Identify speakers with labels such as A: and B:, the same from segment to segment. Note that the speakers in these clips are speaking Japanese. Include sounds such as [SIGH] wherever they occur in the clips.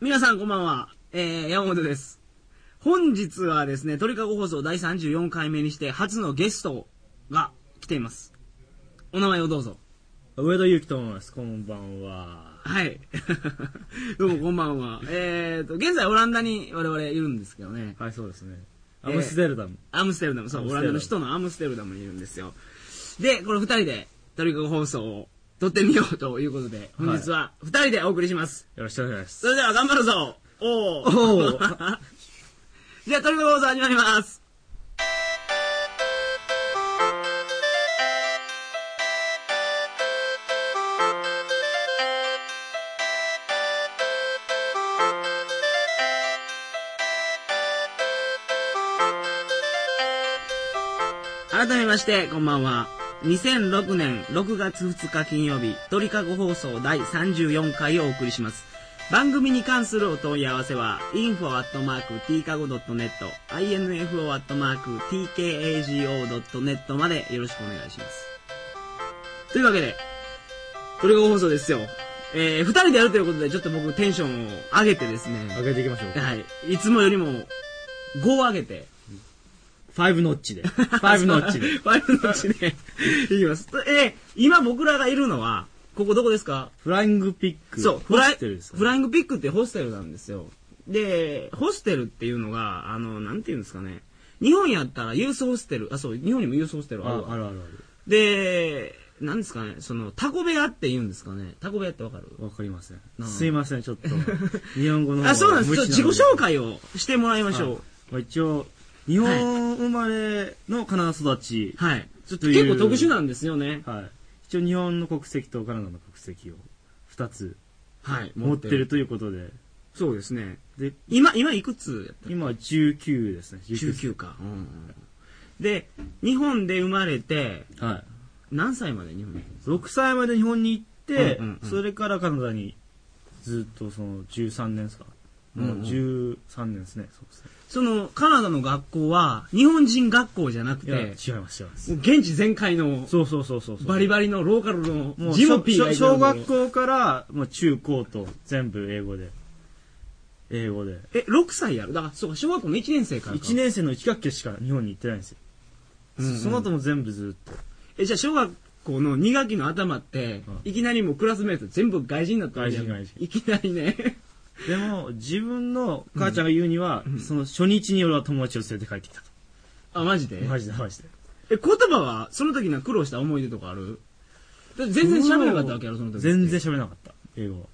A: 皆さんこんばんは。えー、山本です。本日はですね、鳥かご放送第34回目にして初のゲストが来ています。お名前をどうぞ。
B: 上田祐樹と申います。こんばんは。
A: はい。 [LAUGHS] どうもこんばんは。えーと、現在オランダに我々いるんですけどね。
B: はい、そうですね。
A: え
B: アムステルダム。
A: アムステルダム、そ
B: ア
A: う、
B: ム
A: オ
B: ステルダ
A: ラン
B: ム
A: ダの首都のアムステルダムにいるんですよ。で、この二人で鳥かご放送を撮ってみようということで、本日は二人でお送りします。
B: よろしくお願いします
A: そ。れでは頑張るぞお
B: お
A: ー
B: ー
A: [LAUGHS] じゃあ、トリコ放送始まります改めまして、こんばんは。2006年6月2日金曜日、鳥かご放送第34回をお送りします。番組に関するお問い合わせは、info.tkago.net、info.tkago.net までよろしくお願いします。というわけで、鳥かご放送ですよ。えー、二人でやるということで、ちょっと僕テンションを上げてですね、
B: 上げていきましょう。
A: はい、いつもよりも5を上げて、
B: ファイブノッチで。ファイブノッチで。
A: ファイブノッチで。いきます。えー、今僕らがいるのは、ここどこですか
B: [LAUGHS] フライングピック。
A: そう、フ
B: ホ
A: ライ、
B: ステルです、
A: フライングピックってホステルなんですよ。で、ホステルっていうのが、あの、なんていうんですかね。日本やったらユースホステル、あ、そう、日本にもユースホステルある
B: あ
A: わ。
B: あるある
A: で、なんですかね、その、タコ部屋って言うんですかね。タコ部屋ってわかる
B: ある。わかりません。
A: ん
B: すいません、ちょっ [LAUGHS] と。日本語の方が
A: あ、そうなんです。ちょっ
B: 無知
A: と自己紹
B: な
A: 介をしてもらいまし
B: ので。
A: ょ
B: はいまあ一応、日本生まれのカナダ育ち
A: う。。はい。
B: ちょっと言
A: 結
B: う
A: 構特殊なんですよね。
B: はい。一応日本の国籍とカナダの国籍を二つ
A: はい。
B: 持ってる。ということで。
A: そうですね。
B: で、
A: 今、今いくつやった
B: 今は19ですね。
A: 19か、うんうんで日本で生まれて
B: はい。
A: 何歳まで日本に
B: 6歳まで日本に行って、
A: うんうんうん
B: それからカナダにずっとその13年ですか、もう
A: うんうん
B: 13年ですねそうですね
A: そのカナダの学校は日本人学校じゃなく
B: い
A: て
B: や、
A: も
B: 違います違います
A: う現地全開の
B: そうそうそうそうそう
A: バリバリのローカルの
B: もう
A: ジムピー
B: 小
A: がいる
B: 小小学校からもう中高と全部英語で英語で
A: え6歳やろだからそうか小学校の1年生からか
B: 1年生の1学期しか日本に行ってないんです
A: う
B: よ、
A: んうん
B: その後も全部ずっと
A: えじゃあ小学校の2学期の頭って、
B: うん
A: いきなりもうクラスメート全部外人だったわけじゃん
B: 外人外人
A: いきなりね
B: [LAUGHS] でも自分の母ちゃんが言うには、その初日に俺は友達を連れて帰ってきたと、
A: あマジで
B: マジでマジで
A: え言葉はその時の苦労した思い出とかあるだって全然喋れなかったわけやろその時って
B: 全然喋れなかった英語は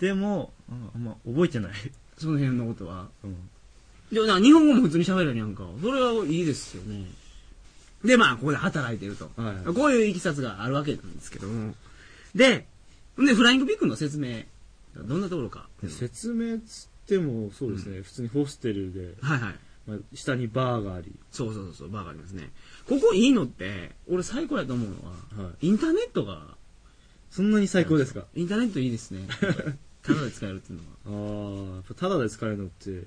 B: でも、うんあんま覚えてない、
A: その辺のことは
B: うん
A: でもな日本語も普通に喋れるやんか。それはいいですよね。で、まあ、ここで働いてると。
B: はい
A: こういういきさつがあるわけなんですけども。で、で、フライングピックの説明、どんなところか。
B: 説明つってもそうですね、普通にホステルで、
A: はいはい。
B: まあ、下にバーがあり、
A: そうそうそうそう、バーがありますね。ここいいのって、俺最高やと思うのは、
B: はい、
A: インターネットが、
B: そんなに最高ですか
A: インターネットいいです
B: [LAUGHS]
A: ね。ただで使えるっていうのは。
B: ああやっぱただで使えるのって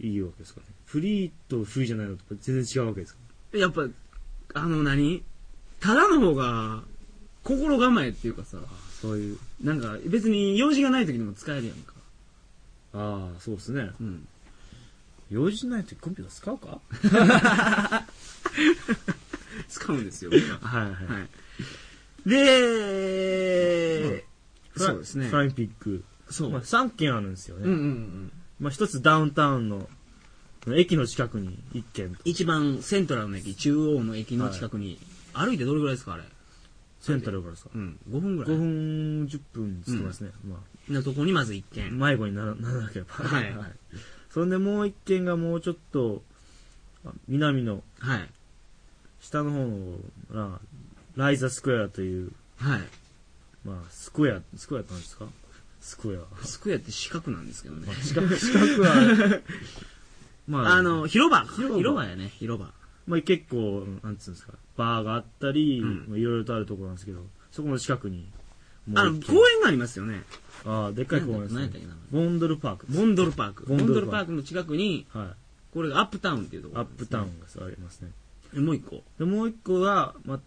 B: いいわけですかねフリーとフリーじゃないのとやっぱ全然違うわけですか
A: やっぱ、あの何、ただの方が、心構えっていうかさ、
B: そういう
A: なんか別に用事がない時にも使えるやんか。
B: ああそうですね
A: うん。
B: 用事ない時コンピューター使うか
A: 使うんですよ、僕は
B: はいはい、
A: はい。で、
B: フラ
A: そうですね
B: フ。ラインピック、
A: そう。
B: まあ、3軒あるんですよね、
A: うんうんうん。
B: まあ、一つダウンタウンの駅の近くに一軒と
A: 一番セントラルの駅、中央の駅の近くに、歩いてどれぐらいですか、あれ。
B: センタルからさ
A: うん。5分ぐら
B: 5
A: い。
B: 分10分つってますね、ま
A: のとこにまず一
B: あ、
A: 軒。
B: 迷子にならならなければ
A: はい
B: そんでもう一軒がもうちょっとあ南の
A: はい。
B: 下の方のらライザスクエアという、
A: はい。
B: まあ、スクエアスクエアって何ですかス
A: [LAUGHS]
B: クエア
A: スクエアって四角なんですけどね。
B: 近く近くはまあ
A: あの、広場か
B: 広場
A: 広場やね、広場。
B: まあ、結構なんつうんですかバーがあったり、
A: うん
B: まあいろいろとあるところなんですけどそこの近くにも
A: あ
B: う
A: の、
B: 一
A: 公
B: 軒
A: 園がありますよね。
B: ああでっかい公園です
A: なんや
B: ね
A: ったっけな
B: ボンドルパーク
A: ボンドルパーク。ボ
B: ボンド
A: ンド
B: ルパーク
A: ルパークの近くに、
B: はい
A: これがアップタウンっていうとこ
B: アッ
A: ろ。
B: プタウンがそうありますね。
A: ン。もう一個。
B: で、もう一個が、ま、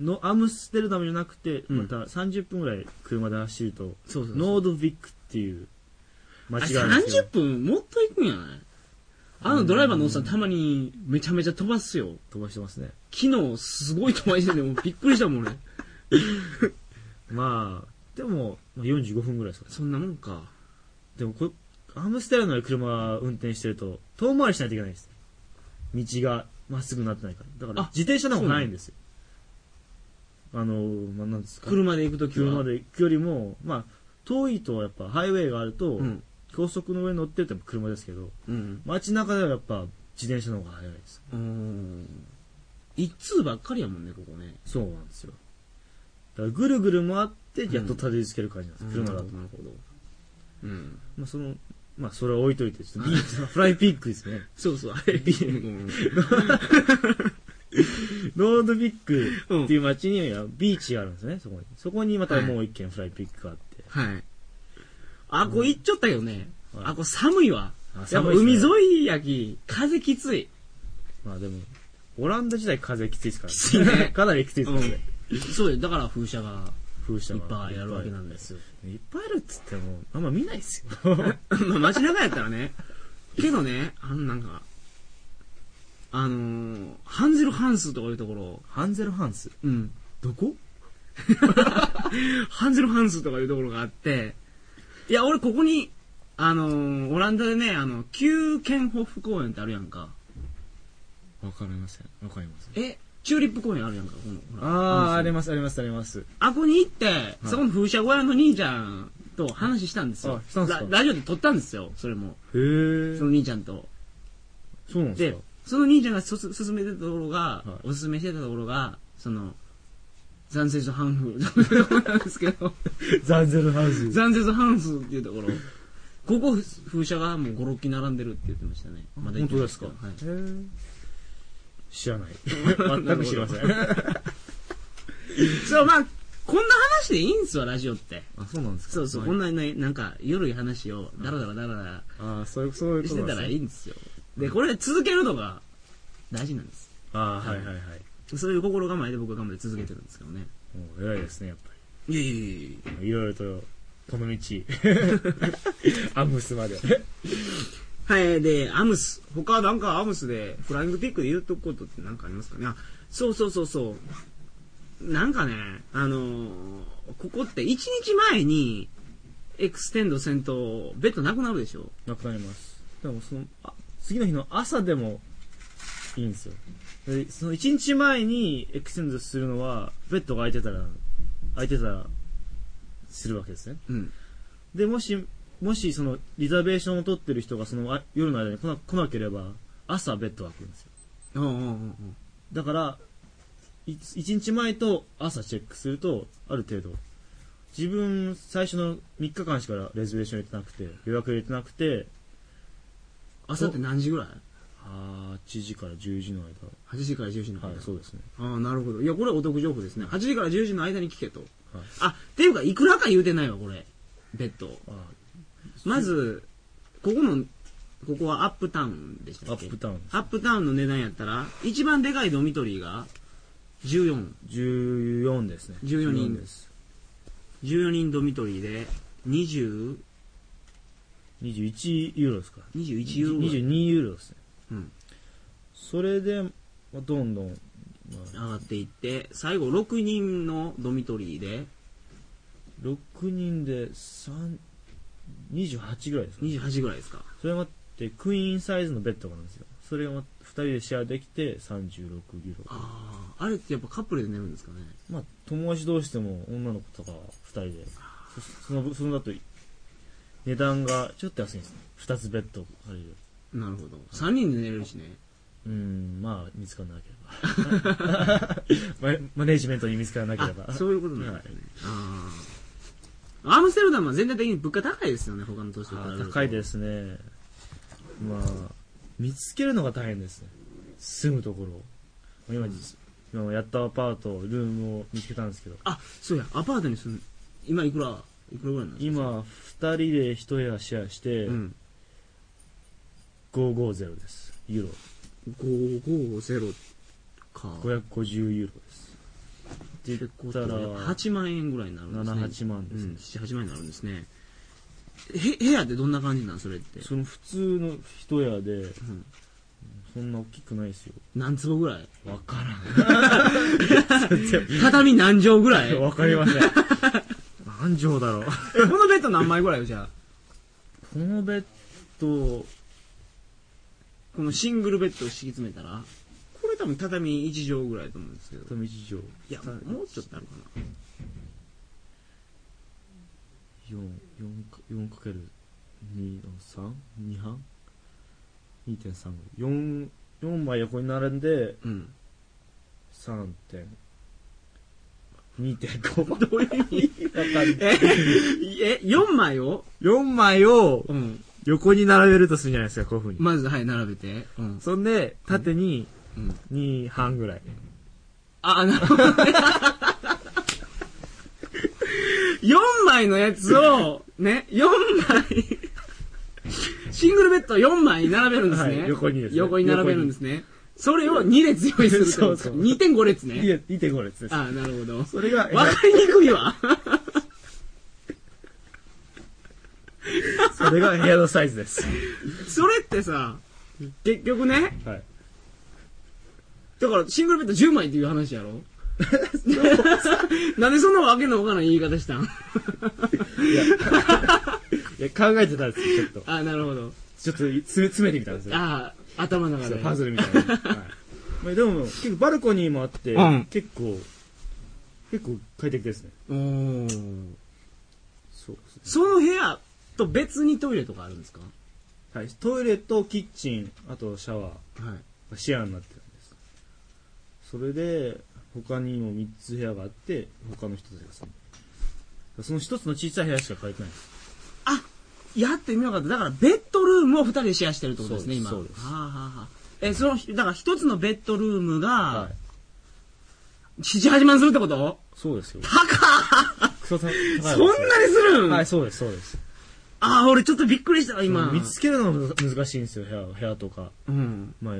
B: のアムステルダムじゃなくて、
A: うん
B: また30分ぐらい車で走ると、
A: そうそうそう
B: ノードヴィックっていう、間
A: あれ
B: 違いないですよ
A: 30分もっと行くんやないあのドライバーのおっさんたまにめちゃめちゃ飛ばすよ。
B: 飛ばしてますね。
A: 昨日すごい飛ばしてて、もうびっくりしたもん俺。
B: まあ、でも、まあ、45分ぐらいですかね。
A: そんなもんか。
B: でもこ、アムステラの車運転してると、遠回りしないといけないんです。道がまっすぐになってないから。だから
A: あ、
B: 自転車の方がないんですよ。あの、まあ、なんですか。
A: 車で行くときは。
B: 車で行くよりも、まあ、遠いとやっぱハイウェイがあると、
A: うん。
B: 高速の上に乗ってるとやっぱ車ですけど、
A: うん。
B: 街中ではやっぱ自転車の方が早いです。
A: うーん。一通ばっかりやもんね、ここね。
B: そうなんですよ。だからぐるぐる回って、やっとたどり着ける感じなんです、車だと。
A: なるほど。うん。
B: まあ、その、まあ、それは置いといて、ちょっとビー
A: [LAUGHS]
B: チのフライピックですね。
A: そう [LAUGHS] そう、あれ、ビールごめん
B: ノードビックっていう街にはビーチがあるんですね、そこに。そこにまたもう一軒フライピックがあって。
A: はい。あ、こう行っちゃったけどね。あ、こう寒いわ
B: あ。
A: やっぱ
B: 寒いっす
A: 海
B: ね
A: 沿いやき、風きつい。
B: まあでも、オランダ時代風きついですから
A: きついね
B: [LAUGHS] かなりきついですからね。
A: そうよ、だから風車が
B: 風車
A: いっ
B: が。
A: ぱいあるわけなんですよ。
B: いっぱいあるっつっても、あんま見ないっすよ。
A: [LAUGHS]
B: [LAUGHS]
A: まあ街中やったらね。けどね、あのなんか、あのー、ハンゼルハンスとかいうところ、
B: ハンゼルハンス。
A: うん。
B: どこ
A: ハンゼルハンスとかいうところがあって、いや、俺ここに、あのー、オランダでね、あの、旧ケンホフ公園ってあるやんか。
B: わかりません。わかりません。
A: えチューリップ公園あるやんか、この。ほら
B: ああ、
A: の
B: あります、あります、あります。
A: あこに行って、そこの風車小屋の兄ちゃんと話したんですよ
B: あ。したんすか
A: ララジオで撮ったんですよ、それも。
B: へえ
A: そ。の兄ちゃんと。
B: そうなんです
A: で
B: か、
A: その兄ちゃんがそす勧めてたところが、
B: はい
A: おすすめしてたところが、その、残雪ハンフというところなんですけど、
B: ザンゼルハンス。
A: 残雪ハンフっていうところ。ここ、ふ風車がもう5、6機並んでるって言ってましたね。まだ行っ
B: 本
A: て
B: 当
A: ない
B: ですか、
A: けどはい
B: へー知らない。 [LAUGHS] 全く知りません。あ、
A: そう、まあ、こんな話でいいんですわ、ラジオって。
B: そうなんですか
A: そうそう、こんなね、なんか、夜い話を、だらだらだらだら、
B: ああ、そういう、そういう
A: し
B: こと
A: て
B: なんで
A: た
B: すね
A: らいいんですよ。で、これ続けるのが大事なんです。
B: ああ、はいはいはい。
A: そういう心構えで僕は頑張って続けてるんですけどね。
B: もう偉いですね、やっぱ
A: いやいやいやいや
B: り。いろいろと、こ [LAUGHS] の道。アムスまで。
A: はい、で、アムス。他なんかアムスで、フライングピックで言うとくことってなんかありますかねあ、そうそうそうそう。なんかね、あのーここって1日前に、エクステンド戦闘、ベッドなくなるでしょ
B: なくなります。でもその、あ次の日の朝でも、いいんですよ。で、その一日前にエクセンドするのは、ベッドが空いてたら、空いてたら、するわけですね。
A: うん。
B: で、もし、もしその、リザベーションを取ってる人がそのあ夜の間に来な来なければ、朝ベッドが空くんですよ。
A: おうおうおうおう
B: だから、い一日前と朝チェックすると、ある程度、自分、最初の3日間しかレズベーション入れてなくて、予約入れてなくて、
A: 朝って何時ぐらい
B: 8時から10時の間。
A: ?8 時から10時の間。
B: はい、そうですね。
A: ああ、なるほど。いや、これお得情報ですね。8時から10時の間に聞けと。
B: はい
A: あ、っていうか、いくらか言うてないわ、これ。ベッド。
B: あ
A: まず、ここの、ここはアップタウンでした
B: ア
A: っけ
B: ップタウンです。
A: アップタウンの値段やったら、一番でかいドミトリーが、14。
B: 14ですね。
A: 14人
B: です。
A: 14人ドミトリーで、20、
B: 21ユーロですから。
A: 21ユーロぐらい
B: 22ユーロですね。
A: うん
B: それで、まあどんどん、まあ、
A: 上がっていって、最後6人のドミトリーで、
B: 6人で3、28ぐらいですかね
A: 28ぐらいですか。
B: それもあってクイーンサイズのベッドがあるんですよそれを2人でシェアできて36ユーロ
A: ああ、あれってやっぱカップルで寝るんですかね。
B: まあ友達同士でも女の子とか2人でそそのそのだと値段がちょっと安いんですね2つベッド借りる
A: なるほど。3人で寝れるしね。
B: うーんまあ見つからなければ [LAUGHS] ママネジメントに見つからなければ
A: あそういうことなん
B: は
A: で
B: い
A: すね。ああアムステルダムは全体的に物価高いですよね、他の都市と比べ
B: あ
A: る
B: ー
A: と。
B: 高いですねまあ見つけるのが大変ですね住むところを今,、今やったアパートルームを見つけたんですけど
A: あ、そうや、アパートに住む。今いくら、いくらぐらいなんですか
B: 今2人で1部屋シェアして
A: うん。
B: 550ですユー
A: 550か。
B: ロ550ユーロですって言
A: 結構
B: ったら
A: 8万円ぐらいになるんですね。
B: 78万ですね
A: うん、7、8万円になるんですね。へ、部屋ってどんな感じなんそれって。
B: その普通の人屋で、
A: ん
B: そんな大きくないですよ。
A: 何坪ぐら
B: [LAUGHS]
A: い
B: わから
A: 畳何畳ぐらい
B: ん。わかりません。何畳だろう。
A: えこのベッド何枚ぐらいよ、じゃあ。
B: このベッド、
A: このシングルベッドを敷き詰めたら、これ多分畳1畳ぐらいだと思うんですけど。
B: 畳一畳。
A: いや、もうちょっとあるかな。
B: 四四か四かける二の三二半二点三四四枚横に並んで
A: うん。
B: 三点二点五倍。
A: どういう意味
B: わ
A: え、え、4枚を
B: 四枚を
A: うん。
B: 横に並べるとするじゃないですか、こういうふうに。
A: まず、はい、並べて。うん。
B: そんで、縦に
A: うん。
B: 二半ぐらい。
A: あ、なるほどね。4枚のやつを、ね、4枚、シングルベッドを4枚並べるんですね。
B: はい横にですね
A: 横に並べるんですね。それを2列用意するってことですか。
B: そうそう
A: 2.5列ね。
B: 二点五列です。
A: あ、なるほど。
B: それが、
A: わかりにくいわ。
B: それが部屋のサイズです。
A: それってさ、結局ね、
B: はい。
A: だからシングルベッド10枚っていう話やろ [LAUGHS] なんでそんなわけのわからん言い方したん
B: いや、考えてたんですよ、ちょっ
A: あ、なるほど。
B: と。ちょっと、つ詰めてみたんですよ。
A: あー、頭の中で。
B: パズルみたいな。まあでも、結構バルコニーもあって、
A: うん
B: 結構、結構快適ですね。
A: おー
B: そうですね。
A: その部屋と別にトイレとかあるんですか
B: はい。トイレとキッチン、あとシャワー
A: はい。
B: がシェアになってるんです。それで、他にも3つ部屋があって、他の人たちが住んでるその一つの小さい部屋しか借りてないんです。
A: あ、やってみなかった。だから、ベッドルームを二人でシェアしてるってことですね、
B: そう
A: 今。
B: ですそうです
A: はあ、はあはあ、え、その、だから一つのベッドルームが、
B: い。
A: 七八万するってこと
B: そうですよ。
A: 高っ
B: クソ高いですよ
A: そんなにするん、
B: はい、そうです、そうです。
A: あー、俺ちょっとびっくりしたわ、今。
B: 見つけるのも難しいんですよ、部屋、部屋とか。
A: うん。
B: まあ、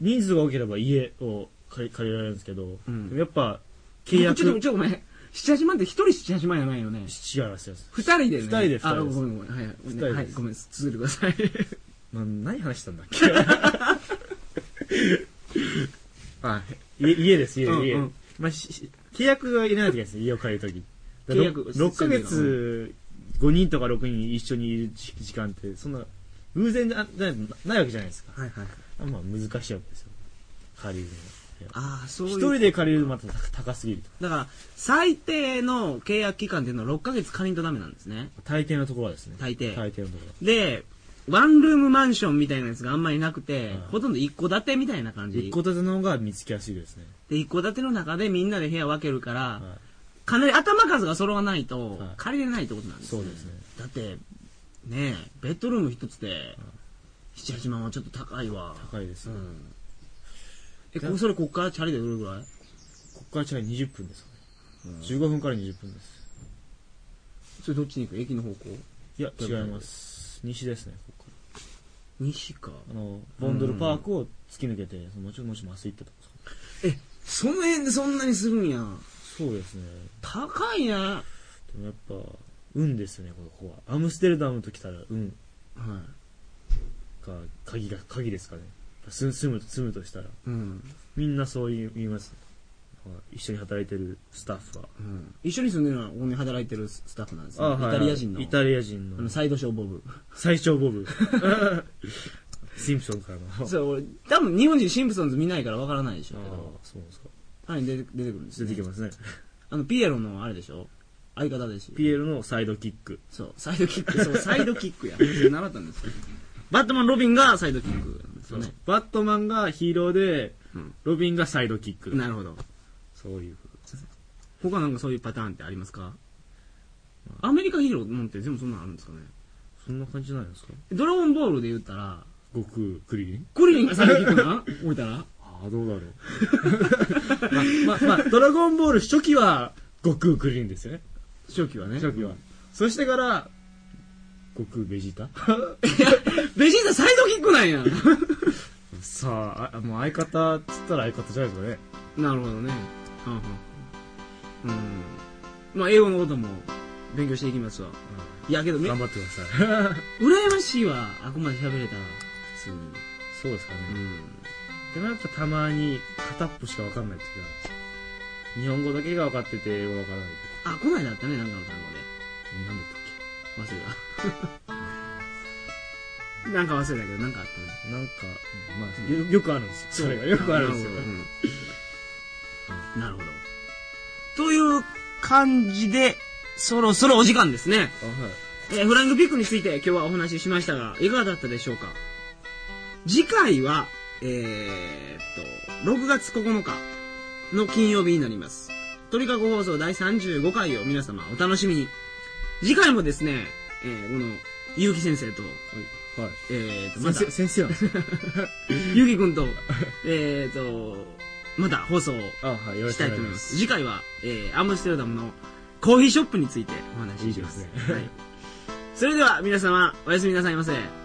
B: 人数が多ければ家を借り借りられるんですけど、
A: うん
B: でもやっぱ契
A: ちょっと、
B: 約
A: ちょっとごめん。七八万って一人七八万じゃないよね。
B: 違うらしいです。
A: 二人でね。
B: 二人で二人です
A: あ、ごめんごめん。はいはい。
B: 人です
A: はい、ごめん。続けてください。
B: な何話したんだっ
A: [LAUGHS]
B: けあ家家です、家
A: うん
B: 家、
A: うん
B: まあしし契約が入れないといけないですね、家を借りるとき。
A: 契約
B: 6ヶ月、5人とか6人一緒にいる時時間って、そんな、偶然ななないわけじゃないですか。
A: はいはい。
B: まあ難しいわけですよ。借りるのは。
A: あー、そういう。
B: 一人で借りるのまた高すぎると。
A: だから、最低の契約期間っていうのは6ヶ月借りんとダメなんですね。
B: 大抵のところはですね。
A: 大抵
B: 大抵のところは。
A: で、ワンルームマンションみたいなやつがあんまりなくて、
B: はい
A: ほとんど一戸建てみたいな感じ。
B: 一戸建ての方が見つけやすいですね。
A: で、一戸建ての中でみんなで部屋分けるから、
B: は
A: かなり頭数が揃わないと
B: はい、
A: 借りれないってことなん
B: い。
A: です
B: そう
A: ね。
B: ですね。
A: だって、ねえ、ベッドルーム一つで、7、8万はちょっと高いわ。
B: 高いです
A: う
B: よ。
A: ん。え、こそれこっからチャリでどれぐらい
B: ここから近い20分ですかね。15分から20分です。
A: それどっちに行く駅の方向
B: いや、
A: どれ
B: 違
A: ぐらい
B: います。西ですね、ここか
A: 西か。
B: ら。あの、ボンドルパークを突き抜けて、そのもちろんもしも明日行ったとこ
A: え、その辺でそんなにするんや。
B: そうですね。
A: 高いね。は
B: でもやっぱ、運ですね、こここは。アムステルダムと来たら運が、鍵が、鍵ですかね。住住むと、住むとしたら。
A: い。うん。
B: みんなそう言い言います。はい一緒に働いてるスタッフは。
A: うん。一緒に住んでるのは、ここに働いてるスタッフなんですね。
B: あはい
A: イタリア人の。
B: イタリア人
A: あ
B: の
A: の、。サイドショーボ [LAUGHS] ブ。
B: 最小ボブ。シンプソンからの。
A: そう、俺、多分日本人シンプソンズ見ないからわからないでしょうけ
B: あ
A: ど。
B: あそうなんですか。
A: はい、出て出てくるんです
B: 出
A: よ
B: て
A: ね、
B: きますね。
A: あの、ピエロのあれでしょ相方ですよ。
B: ピエロのサイドキック。
A: そう、サイドキック。そう、サイドキックや。習ったんですよ。 [LAUGHS] バットマン・ロビンがサイドキックなんですよね。
B: バットマンがヒーローで
A: うん、
B: ロビンがサイドキック。
A: なるほど。
B: そういうことですね。
A: 他なんかそういうパターンってありますかアメリカヒーローもんって全部そんなのあるんですかね
B: そんな感じじゃないですか
A: ドラゴンボールで言ったら、
B: 悟空、クリリン
A: クリリンがサイドキック [LAUGHS] なん置いたら
B: ああ、どうだろう。 [LAUGHS] ま、ま、ま、ドラゴンボール初期は悟空、クリリンですよね。
A: 初期はね。
B: 初期は。そしてから、悟空、ベジータ
A: いや、ベジータサイドキック
B: [LAUGHS]
A: なんや。
B: さああ、もう相方っつったら相方じゃないですかね。
A: なるほどね。うんうん。うん。まあ、英語のことも勉強していきますわ。いやけどめ、
B: 頑
A: 羨
B: 張ってください。
A: ましいわ。あくまで喋れたら。普通に。
B: そうですかね。
A: う
B: でもなんかたまに片っぽしかわかんない時がある日本語だけが分かってて英語が分からない
A: ん。あ、こないだあったね、なんかの単語で。
B: 時なんだったっ
A: 忘れた。 [LAUGHS] なんか忘れたけど、なんかあったね。
B: けなんか、うんまあよよくあるんですよそれがよくあるんですよ、
A: なるほど。という感じで、そろそろお時間ですね。
B: あはい
A: えーフライングピックについて今日はお話ししましたが、いかがだったでしょうか次回は、えー、っと、6月9日の金曜日になります。鳥かご放送第35回を皆様お楽しみに。次回もですね、えー、この、ゆうき先生と、
B: はい、
A: えー、と、ま
B: 先
A: た
B: 生、先生なんですよ
A: ゆうきくんと、えー、と、また放送を
B: あはいよろ
A: し
B: しく
A: た
B: お
A: いと思
B: 願いし
A: い
B: ま
A: ます。
B: す
A: 次回は、えー、アムステルダムのコーヒーショップについてお話しします。
B: いいですね
A: はい。それでは皆様、おやすみなさいませ。